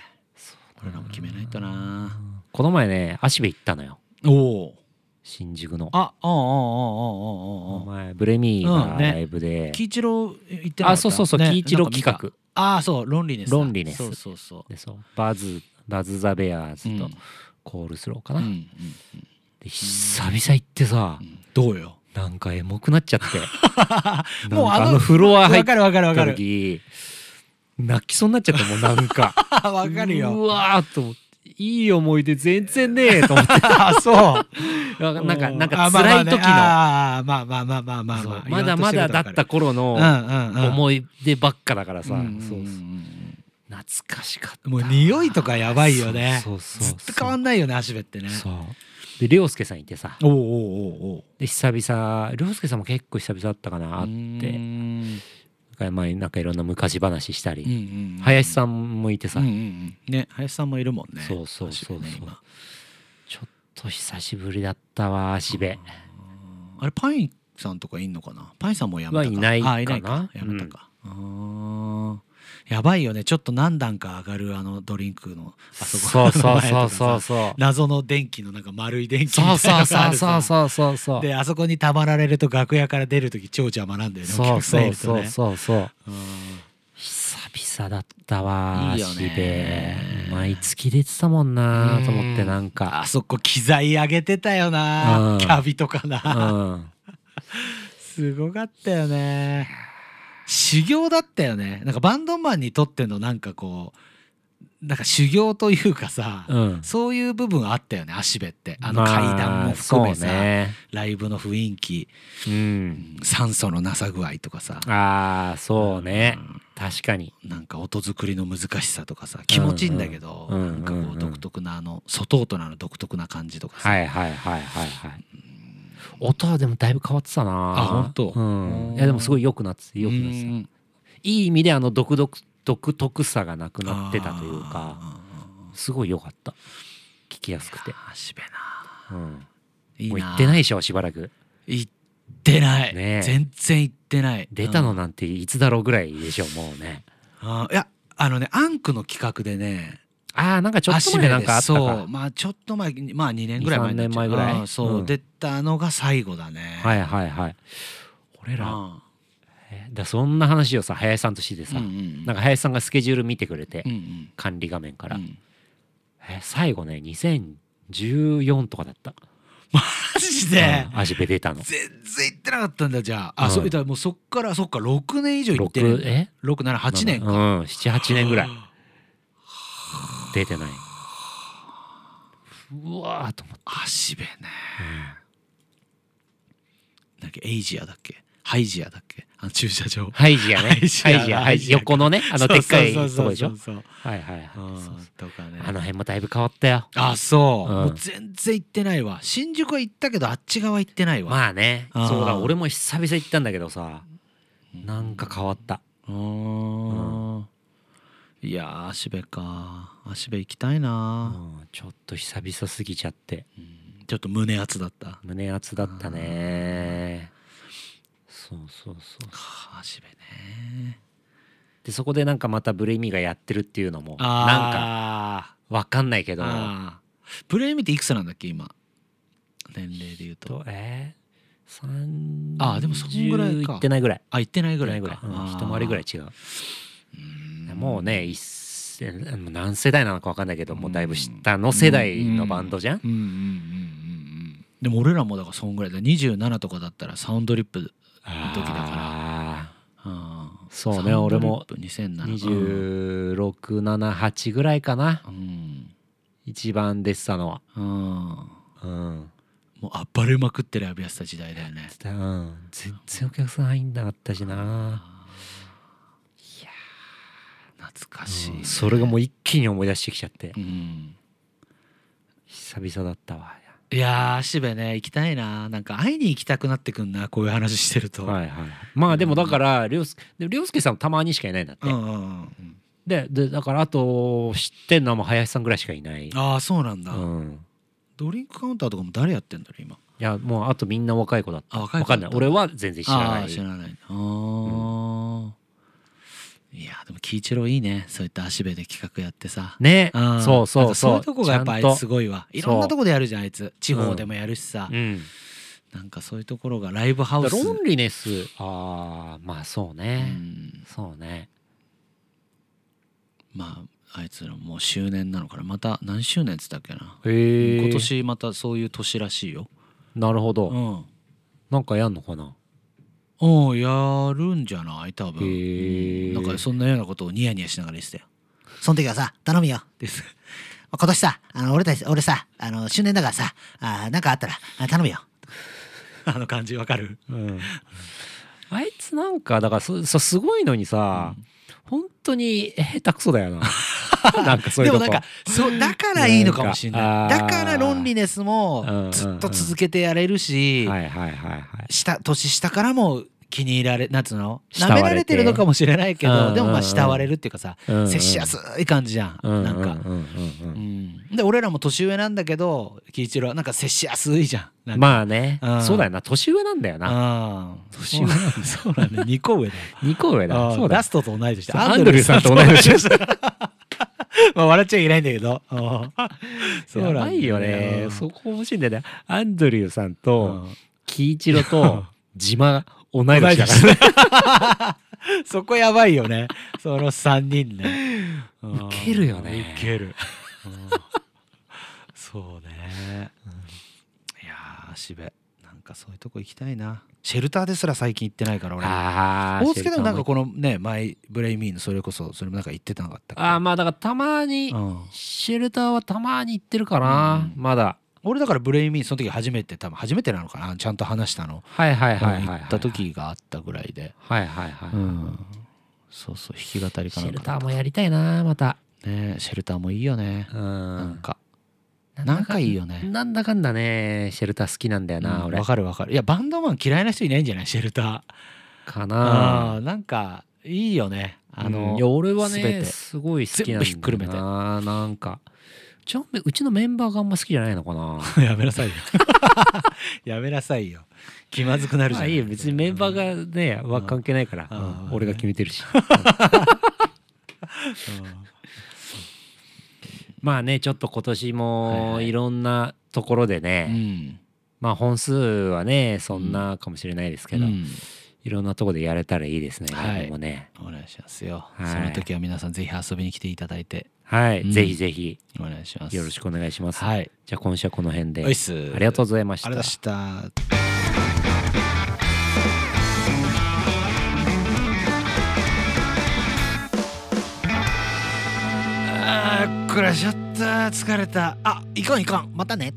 俺らも決めないとなこの前ね足部行ったのよおお新宿のああああああおあああ前ブレミーうんがねライブで、喜一郎言ってなかったあそうそうそうね喜一郎企なんか見画たああそうロンリネスだロンリネスそうそうそでそうバズバズ・ザ・ベアーううズんとコールスローかうな、んうんで久々行ってさうんどうよなんかエモくなっちゃってもうなんかああののフロア入わっかるわかるわかる時泣きそうになっちゃったもんなんかあ わかるうよわーと思っていい思い出全然ねえと思ってあ そう なんかなんかあまあま辛あいね時の、あーまあまあまあまあまあそうまあまだまだだった頃うのんうんうん思い出ばっかだからさ、うんうんうんそうそう懐かしかったもう匂いとかやばいよねそうそうずそっうと変わんないよね足べってねそうで涼介さんいてさおうおうおうおうで久々涼介さんも結構久々だったかなああっってて前なんかいろんな昔話したり、林林ささんもいてんさ、うんうんうんね林さんもいるもんねそうそうそうそう確かにね今ちょっと久しぶりだったわ足部あれパインさんとかいんのかなパインさんもやめたかはいないかなあいないかやめたかあーやばいよねちょっと何段か上がるあのドリンクのあそそこうそうそうのそ前とかう さそう 謎の電気のなんか丸い電気みたそいうそうなのがあそうるそうそうそさうそうであそこにたまられると楽屋から出る時超邪魔なんだよねおそう客さんいそうるとそうねそうそううん久々だったわいいよね足部毎月出てたもんなと思っうてんなんかあそこ機材上げてたよな、うんキャビとかうな、んすごかったよね修行だったよねなんかバンドマンにとってのなんかこうなんか修行というかさ、うんそういう部分あったよね足部ってあのま階段も含めさ、そうねライブの雰囲気うん酸素のなさ具合とかさああそうね確かになんか音作りの難しさとかさ気持ちいいんだけど、うんうんなんかうんうんこううん独特なあの外音なの独特な感じとかさ、はいはいはいはいはい音はでもだいぶ変わってたなあ本当うんおーいやでもすごい良くなってて良くなってたうんいい意味であの独特独特さがなくなってたというかあすごい良かった聞きやすくて、ーしべなうん、いいもなう行ってないでしょしばらく行ってない、ねえ全然行ってない出たのうんなんていつだろうぐらいでしょもうねあーいやあのねアンクの企画でねああなんかちょっと前なんかあった足部でそかうまあちょっと前にまあ2年ぐらい前2 3年前ぐらいあーそう、うん出たのが最後だねはいいはいはい俺らあえだそんな話をさ林さんとしてーさ、うんうんなんか林さんがスケジュール見てくれて、うんうん管理画面から、うんえ最後ね2014とかだった、マジでうん、足部出たの全然行ってなかったんだじゃああうんそうだからもうそっからそっか6年以上行って6るえ678年うかん78年ぐらい出てないうわーと思って足部ねなんだっけエイジアだっけハイジアだっけあの駐車場ハイジやねハハイイジジややハイジ横のねあのでっかいとこでしょそうそうそうそうはいはいはいうんそうそうとかねあの辺もだいぶ変わったよあそう、うんもう全然行ってないわ新宿は行ったけどあっち側行ってないわ、まあねあーそうだ俺も久々行ったんだけどさなんか変わったあーいやー足部か足部行きたいな、うんちょっと久々すぎちゃってちょっと胸熱だった胸熱だったねそうそうそうはあ足部ねでそこでなんかまたブレイミーがやってるっていうのもなんかあわかんないけーどあープレイミっていくつなんだっけ今年齢で言うととえー、30あーでもそんぐらいか行ってないぐらいあ行ってないぐぐららいいかぐらい、うん一回りぐらい違ういもうね一世もう何世代なのかわかんないけどもうだいぶ下の世代のバンドじゃん、うんうんうんうんうんでも俺らもだからそんぐらいだ27とかだったらサウンドリップあ時だかららあーそうねサウンドリッ俺もプ2007 2678ぐらいかなうん一番出てたのはうんうん、もう暴れまくってるビアスた時代だよねうん、全然お客さん入んなかったしな、懐かしい、うんそれがもう一気に思い出してきちゃってうん久々だったわいやー渋谷ね行きたいななんか会いに行きたくなってくんなこういう話してると、はいはいまあでもだから涼介でも涼介さんもたまにしかいないんだって、うんうんうんででだからあと知ってんのはもう林さんぐらいしかいない、ああそうなんだ、うん、ドリンクカウンターとかも誰やってんだろう今いやもうあとみんな若い子だったあ若いわ子だかんったない俺は全然知らなあーい知らないあー、いやーでも喜一郎いいねそういった足部で企画やってさねあーそうそなんかうそうそういうとこがやっぱあいちゃんつとすごいわいろんなとこでやるじゃんあいつ地方でもやるしさ、うんなんかそういうところがライブハウだスからロンリネスああまあそううね、んそうねまああいつらもう周年なのかなまた何周年っつったっけなへ今年またそういう年らしいよなるほど、うんなんかやんのかなおやるんじゃない多分へーうんなんかそんなようなことをニヤニヤしながら言ってたよその時はさ頼むよです 今年さあの俺たち俺さあの周年だからさあなんかあったら頼むよあの感じわかるうんあいつなんかだからそそすごいのにさ、本当に下手くそだ よななんかそういでうともこなんかそうだからいいのかもしれなないんだかあーからロンリネスうんうんうもんずっと続けてやれるし、はいはいはいはい下年下からも気に入られなんつうの慕われなめてられてるのかもしれないけど、うんうんうんでもまあ慕われるっていうかさ、うんうん接しやすい感じじゃん、うんうんなんか、うんうんうんうんで俺らも年上なんだけど喜一郎はなんか接しやすいじゃんなんかまあね、うんそうだよな年上なんだよなあー年上なんだそうなんだ2個上だ2個上あだーそうだラストと同い年だアンドリューさんと同い年だ まあ笑っちゃいけないんだけどあーそうなんだやばいよねうんそこ面白いんだよねアンドリューさんうとん喜一郎と島同い同い年だ年からだね そこやばいよねその3人ねウケるよねウケるうんそうねいやー渋谷なんかそういうとこ行きたいなシェルターですら最近行ってないから俺あー大助でもなんシェかルこのね「マイ・ブレイ・ミー」のそれこそそれもなんか言ってなかったっタけーもあーまあだからたまにうんシェルターはたまに行ってるかな、うまだ俺だから「ブレイ・ミー」その時初めて多分初めてなのかなちゃんと話したのはいはいはいはい、行はい、った時があったぐらいではいはいはい、うんそうそう弾き語りかシなェんルかだタっーもやりたいなまたたねシェルターもいいよねうんなんかなんだ何か回いいよねなんだかんだねシェルター好きなんだよな、うん俺わかるわかるいやバンドマン嫌いな人いないんじゃないシェルターかあなーなんかいいよねあの、うんいや俺は全ねて すごい好きなんだよな全部ひっくるめてなんかちょうちのメンバーがあんま好きじゃないのかなやめなさいよ やめなさいよ気まずくなるじゃあんいいよ別にメンバーがね、は関係ないから、うんうんうん俺が決めてるしまあねちょっと今年はいもはいいろんなところでね、うんまあ本数はねそんなかもしれないですけど、うんいろんなとこでやれたらいいですね、はい来年もねお願いしますよ、はいその時は皆さんぜひ遊びに来ていただいてはい、うんぜひぜひお願いしますよろしくくお願いします、はいじゃあ今週はこの辺でおいっすあありがとううございましたあれだしたあー暮らしちゃった疲れたあいかんいかんまたね